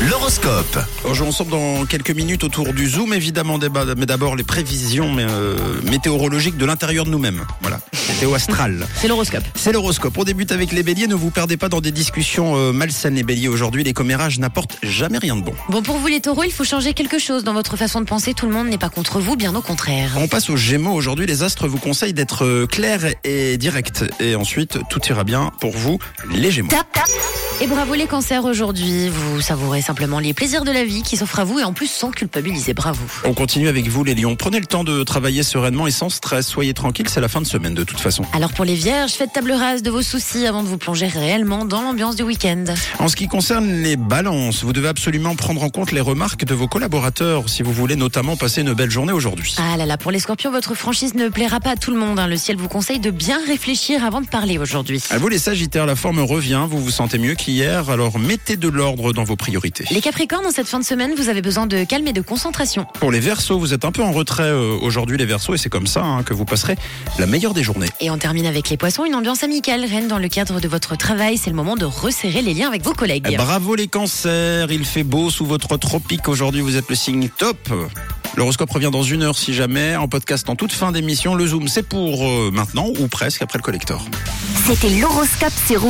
L'horoscope. On joue ensemble dans quelques minutes autour du Zoom, évidemment, débat, mais d'abord les prévisions mais, euh, météorologiques de l'intérieur de nous-mêmes. Voilà, météo astral. C'est l'horoscope. C'est l'horoscope. On débute avec les béliers. Ne vous perdez pas dans des discussions euh, malsaines, les béliers. Aujourd'hui, les commérages n'apportent jamais rien de bon. Bon, pour vous les taureaux, il faut changer quelque chose dans votre façon de penser. Tout le monde n'est pas contre vous, bien au contraire. On passe aux gémeaux. Aujourd'hui, les astres vous conseillent d'être euh, clair et direct. Et ensuite, tout ira bien pour vous, les gémeaux. Tap, tap. Et bravo les cancers aujourd'hui. Vous savourez simplement les plaisirs de la vie qui s'offrent à vous et en plus sans culpabiliser. Bravo. On continue avec vous, les lions. Prenez le temps de travailler sereinement et sans stress. Soyez tranquille, c'est la fin de semaine de toute façon. Alors pour les vierges, faites table rase de vos soucis avant de vous plonger réellement dans l'ambiance du week-end. En ce qui concerne les balances, vous devez absolument prendre en compte les remarques de vos collaborateurs si vous voulez notamment passer une belle journée aujourd'hui. Ah là là, pour les scorpions, votre franchise ne plaira pas à tout le monde. hein. Le ciel vous conseille de bien réfléchir avant de parler aujourd'hui. À vous les sagittaires, la forme revient, vous vous sentez mieux qu'hier, alors mettez de l'ordre dans vos priorités. Les capricornes, en cette fin de semaine, vous avez besoin de calme et de concentration. Pour les versos, vous êtes un peu en retrait euh, aujourd'hui les versos et c'est comme ça hein, que vous passerez la meilleure des journées. Et on termine avec les poissons, une ambiance amicale règne dans le cadre de votre travail. C'est le moment de resserrer les liens avec vos collègues. Bravo les cancers, il fait beau sous votre tropique aujourd'hui, vous êtes le signe top. L'horoscope revient dans une heure si jamais, en podcast en toute fin d'émission. Le zoom c'est pour euh, maintenant ou presque après le collector. C'était l'horoscope sur Rouge.